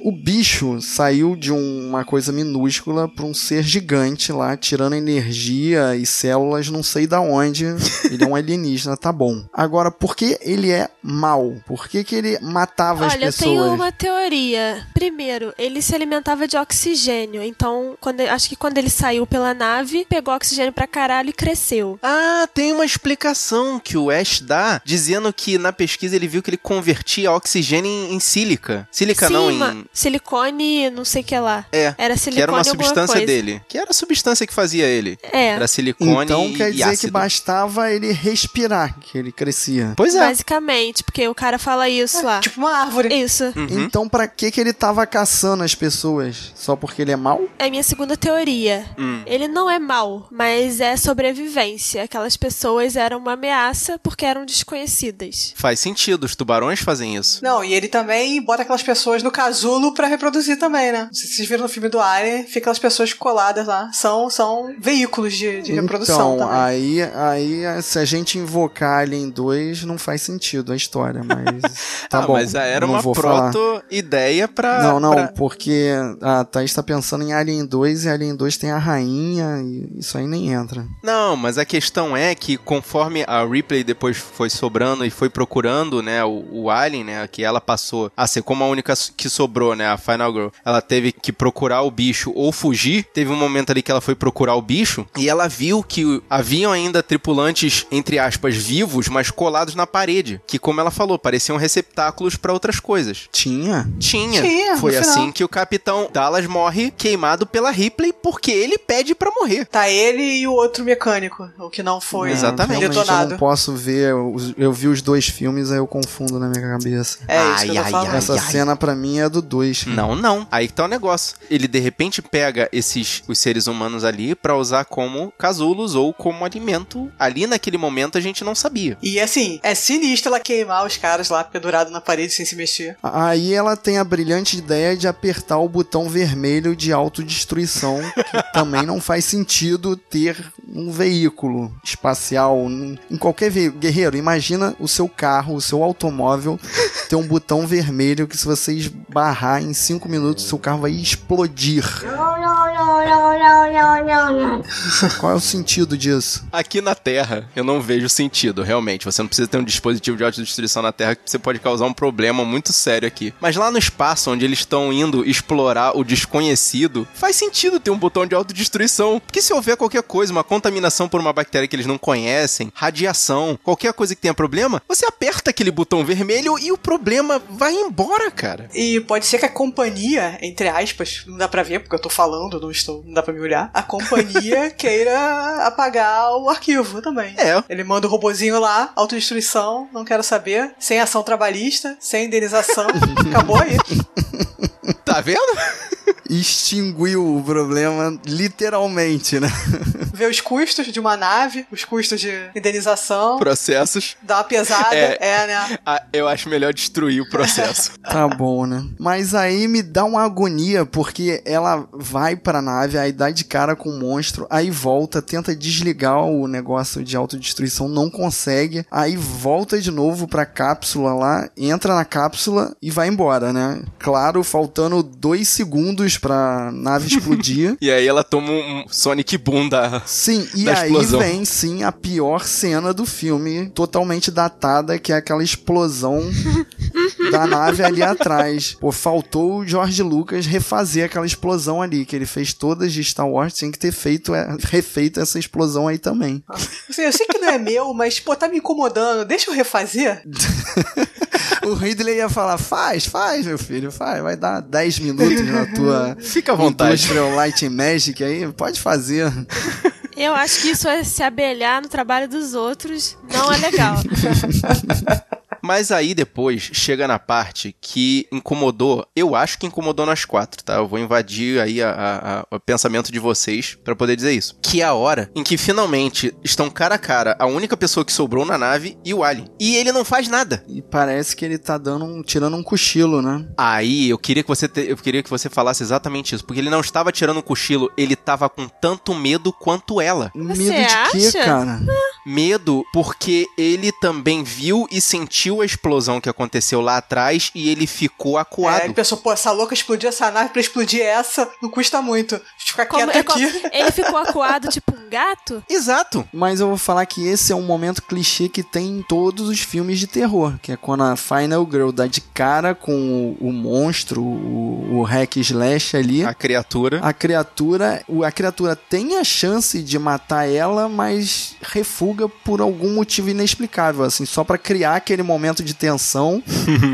O bicho saiu de um- uma coisa minúscula pra um ser gigante lá, tirando energia e células, não sei da (laughs) onde. Ele é um alienígena, tá bom. Agora, por que ele é mau? Por que, que ele matava as Olha, eu pessoas? tenho uma teoria. Primeiro, ele se alimentava de oxigênio, então quando- acho que quando ele saiu pela nave, pegou oxigênio pra caralho e cresceu. Ah, tem uma explicação que o Ash dá, dizendo que na pesquisa ele viu que ele convertia oxigênio em, em sílica. Sílica Sim, não, ma- em... silicone, não sei o que lá. É, Era Que silicone era uma alguma substância coisa. dele. Que era a substância que fazia ele. É, Era silicone Então e, quer e dizer ácido. que bastava ele respirar que ele crescia. Pois é. basicamente, porque o cara fala isso lá. Tipo uma árvore. Isso. Uhum. Então pra que que ele tava caçando as pessoas? Só porque ele é mau? É a minha segunda teoria. Hum. Ele não é mal, mas é sobrevivência. Aquelas pessoas eram uma ameaça porque eram desconhecidas. Faz sentido, os tubarões fazem isso. Não, e ele também bota aquelas pessoas no casulo pra reproduzir também, né? Não sei se vocês viram no filme do Alien, fica aquelas pessoas coladas lá. São, são veículos de, de reprodução então, também. aí, aí se a gente invocar Alien 2, não faz sentido a história, (laughs) mas tá ah, bom. mas já era não uma vou falar. proto-ideia pra... Não, não, pra- porque a Thaís tá pensando em Alien 2 e Alien 2 tem a rainha e isso aí nem entra. Não, mas a questão é que conforme a Ripley depois foi sobrando e foi procurando, né, o, o Alien, né, que ela passou a ser como a única s- que sobrou, né, a Final Girl, ela teve que procurar o bicho ou fugir. Teve um momento ali que ela foi procurar o bicho e ela viu que o- haviam ainda tripulantes, entre aspas, vivos, mas colados na parede, que como ela falou, pareciam receptáculos pra outras coisas. Tinha? Tinha. Tinha, no Foi final. assim que o capitão Dallas morre queimado pela Ripley porque ele pede pra morrer. Tá ele e o outro mecânico, o que não foi Não, Exatamente. É, realmente Eu detonado. não posso ver, os- eu vi os dois filmes, aí eu confundo na minha cabeça. É isso que eu tô Ai, ai, falando. ai. Essa cena pra mim é do 2. Não, não. Aí que tá o negócio. Ele de repente pega esses os seres humanos ali pra usar como casulos ou como alimento. Ali naquele momento a gente não sabia. E assim, é sinistro ela queimar os caras lá pendurado na parede sem se mexer. Aí ela tem a brilhante ideia de apertar o botão vermelho de autodestruição, que também não faz sentido ter um veículo espacial, um- em qualquer veículo. Guerreiro, imagina o seu carro, o seu automóvel, ter um botão vermelho que se você esbarrar em 5 minutos, seu carro vai explodir. Qual é o sentido disso? Aqui na Terra, eu não vejo sentido, realmente. Você não precisa ter um dispositivo de autodestruição na Terra que você pode causar um problema muito sério aqui. Mas lá no espaço, onde eles estão indo explorar o desconhecido, faz sentido ter um botão de autodestruição. Porque se houver qualquer coisa, uma contaminação por uma bactéria que eles não conhecem, radiação, qualquer coisa que tenha problema, você aperta aquele botão vermelho e o problema vai embora, cara. E pode ser que a companhia, entre aspas, não dá pra ver porque eu tô falando, não estou, não dá pra me olhar. A companhia queira apagar o arquivo também. É. Ele manda o robozinho lá, autodestruição, não quero saber, sem ação trabalhista, sem indenização, acabou aí. Tá vendo? (laughs) extinguiu o problema literalmente, né? Ver os custos de uma nave, os custos de indenização, Processos. dar uma pesada. É. é né? Ah, eu acho melhor destruir o (laughs) processo. Tá bom, né? Mas aí me dá uma agonia, porque ela vai pra nave, aí dá de cara com o monstro, aí volta, tenta desligar o negócio de autodestruição, não consegue, aí volta de novo pra cápsula lá, entra na cápsula e vai embora, né? Claro, faltando dois segundos pra nave explodir. e aí ela toma um Sonic Boom da. Sim, e Da aí explosão. vem sim a pior cena do filme, totalmente datada, que é aquela (laughs) explosão da nave ali atrás. Pô, faltou o George Lucas refazer aquela explosão ali, que ele fez todas de Star Wars, tinha que ter feito, é, refeito essa explosão aí também. Assim, eu sei que não é meu, mas, pô, tá me incomodando. Deixa eu refazer. O Ridley ia falar: faz, faz, meu filho, faz, vai dar 10 minutos na tua. Fica à vontade. Industrial Light and Magic aí, pode fazer. Eu acho que isso é se abelhar no trabalho dos outros. Não é legal. Mas aí depois chega na parte que incomodou. Eu acho que incomodou nas quatro, tá? Eu vou invadir aí a- a- a- o pensamento de vocês pra poder dizer isso. Que é a hora em que finalmente estão cara a cara a única pessoa que sobrou na nave e o Alien. E ele não faz nada. E parece que ele tá dando um, tirando um cochilo, né? Aí eu queria que você te- eu queria que você falasse exatamente isso, porque ele não estava tirando um cochilo, ele estava com tanto medo quanto ela. Medo Você de quê, acha? cara? Medo porque ele também viu e sentiu a explosão que aconteceu lá atrás e ele ficou É, acuado. ele pensou, pô, essa louca explodiu essa nave pra explodir essa, não custa muito. Deixa eu ficar Como- quieto é como- aqui. ele ficou acuado tipo um gato? Exato. Mas eu vou falar que esse é um momento clichê que tem em todos os filmes de terror, que é quando a Final Girl dá de cara com o, o monstro, o, o hack slash ali. A criatura. A criatura, o- a criatura tem a chance de matar ela, mas refuga por algum motivo inexplicável, assim, só pra criar aquele momento de (laughs) tensão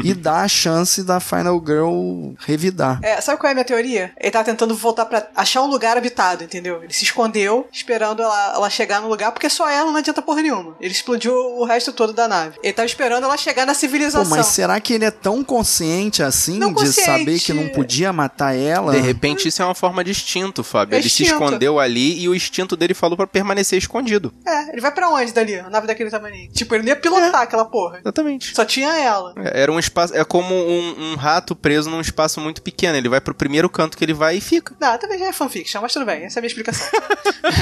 e dar a chance da Final Girl revidar. É, sabe qual é a minha teoria? Ele tava tentando voltar pra achar um lugar habitado, entendeu? Ele se escondeu, esperando ela, ela chegar no lugar, porque só ela não adianta porra nenhuma. Ele explodiu o resto todo da nave. Ele tava esperando ela chegar na Pô, civilização. mas será que ele é tão consciente assim Não de consciente. saber que não podia matar ela? De repente, isso é uma forma de instinto, Fábio. É ele se instinto. escondeu ali e o instinto dele falou pra permanecer escondido. É, ele vai pra onde dali? A nave daquele tamanho. Tipo, ele não ia É. pilotar aquela porra. Exatamente. Só tinha ela. É, Era um espaço. É como um, um rato preso num espaço muito pequeno. Ele vai pro primeiro canto que ele vai e fica. Não, também já é fanfiction, mas tudo bem, essa é a minha explicação.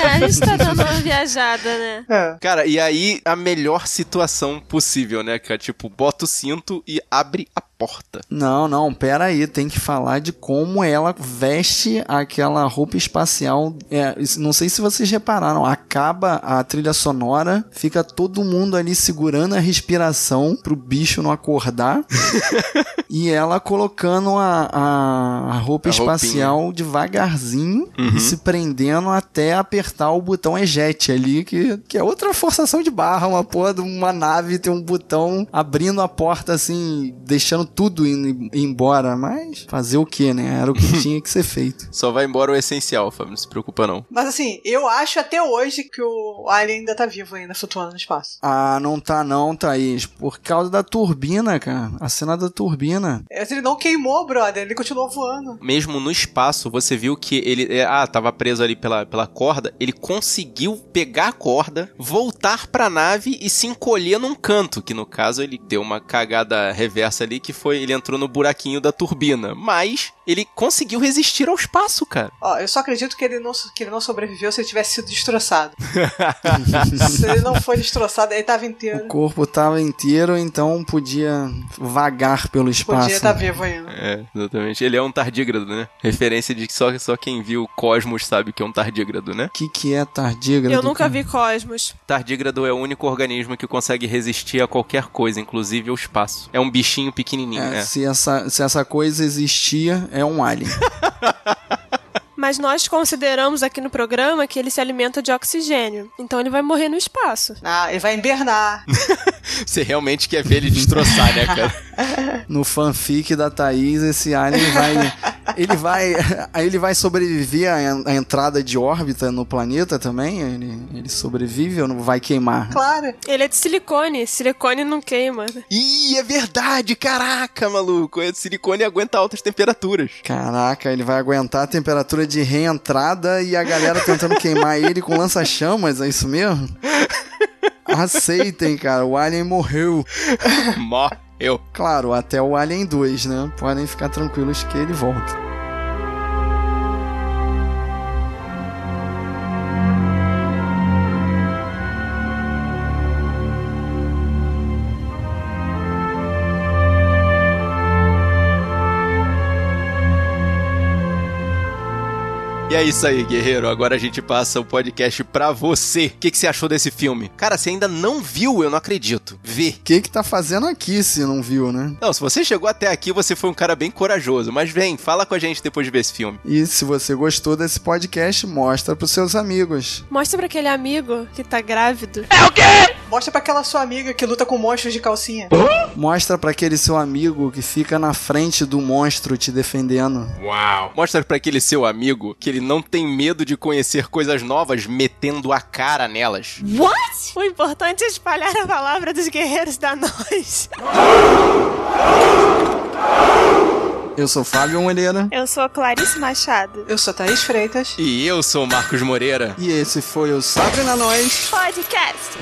É, a gente tá dando uma viajada, né? é. Cara, e aí a melhor situação possível, né? Que é tipo, bota o cinto e abre a porta. Não, não, pera aí, tem que falar de como ela veste aquela roupa espacial. É, isso- não sei se vocês repararam, acaba a trilha sonora, fica todo mundo ali segurando a respiração pro bicho não acordar. e ela colocando a, a- a roupa A espacial devagarzinho e se prendendo até apertar o botão eject ali, que, que é outra forçação de barra, uma porra de uma nave ter um botão abrindo a porta assim, deixando tudo indo em- embora, mas fazer o que, né? Era o que tinha que ser feito. Só vai embora o essencial, Fábio. Não se preocupa, não. Mas assim, eu acho até hoje que o Alien ainda tá vivo ainda, flutuando no espaço. Ah, não tá não, Thaís. Por causa da turbina, cara. A cena da turbina. Mas ele não queimou, brother, ele continuou voando. Mesmo no espaço, você viu que ele. é, ah, tava preso ali pela, pela corda. Ele conseguiu pegar a corda, voltar pra nave e se encolher num canto. Que no caso ele deu uma cagada reversa ali, que foi. Ele entrou no buraquinho da turbina. Mas ele conseguiu resistir ao espaço, cara. Ó, eu só acredito que ele não, so- que ele não sobreviveu se ele tivesse (laughs) sido destroçado. se ele não foi destroçado, ele tava O inteiro. corpo tava inteiro, então podia vagar pelo espaço. né? Podia tá estar vivo ainda. É, exatamente. Ele é um tardígrado, né? Referência de que só, só quem viu Cosmos sabe que é um tardígrado, né? O que, que é tardígrado? Eu nunca cara? vi Cosmos. Tardígrado é o único organismo que consegue resistir a qualquer coisa, inclusive ao espaço. É um bichinho pequenininho, É, né? Se, essa, se essa coisa existia, é um (laughs) alien. Mas nós consideramos aqui no programa que ele se alimenta de oxigênio. Então ele vai morrer no espaço. Ah, ele vai embernar. Você realmente quer ver ele destroçar, né, cara? No fanfic da Thaís, esse alien vai Ele vai. Aí ele vai sobreviver à, en- à entrada de órbita no planeta também? Ele, ele sobrevive ou não vai queimar? Claro. Ele é de silicone, silicone não queima. né? (laughs) Ih, é verdade, caraca, maluco. Esse silicone aguenta altas temperaturas. (laughs) Caraca, ele vai aguentar a temperatura de reentrada e a galera tentando queimar ele com lança-chamas, é isso mesmo? Aceitem, cara, o Alien morreu. Mó, eu. Claro, até o Alien 2, né? Podem ficar tranquilos que ele volta. E é isso aí, guerreiro. Agora a gente passa o podcast pra você. O que, que você achou desse filme? Cara, você ainda não viu, eu não acredito. Vê. O que que tá fazendo aqui se não viu, né? Não, se você chegou até aqui, você foi um cara bem corajoso. Mas vem, fala com a gente depois de ver esse filme. E se você gostou desse podcast, mostra pros seus amigos. Mostra pra aquele amigo que tá grávido. Mostra pra aquela sua amiga que luta com monstros de calcinha. Mostra pra aquele seu amigo que fica na frente do monstro te defendendo. Mostra pra aquele seu amigo que ele não tem medo de conhecer coisas novas metendo a cara nelas. What? O importante é espalhar a palavra dos guerreiros da nós. Eu sou Fábio Moreira Eu sou a Clarice Machado. Eu sou Thaís Freitas. E eu sou o Marcos Moreira. e esse foi o Sabe na Nós. Podcast.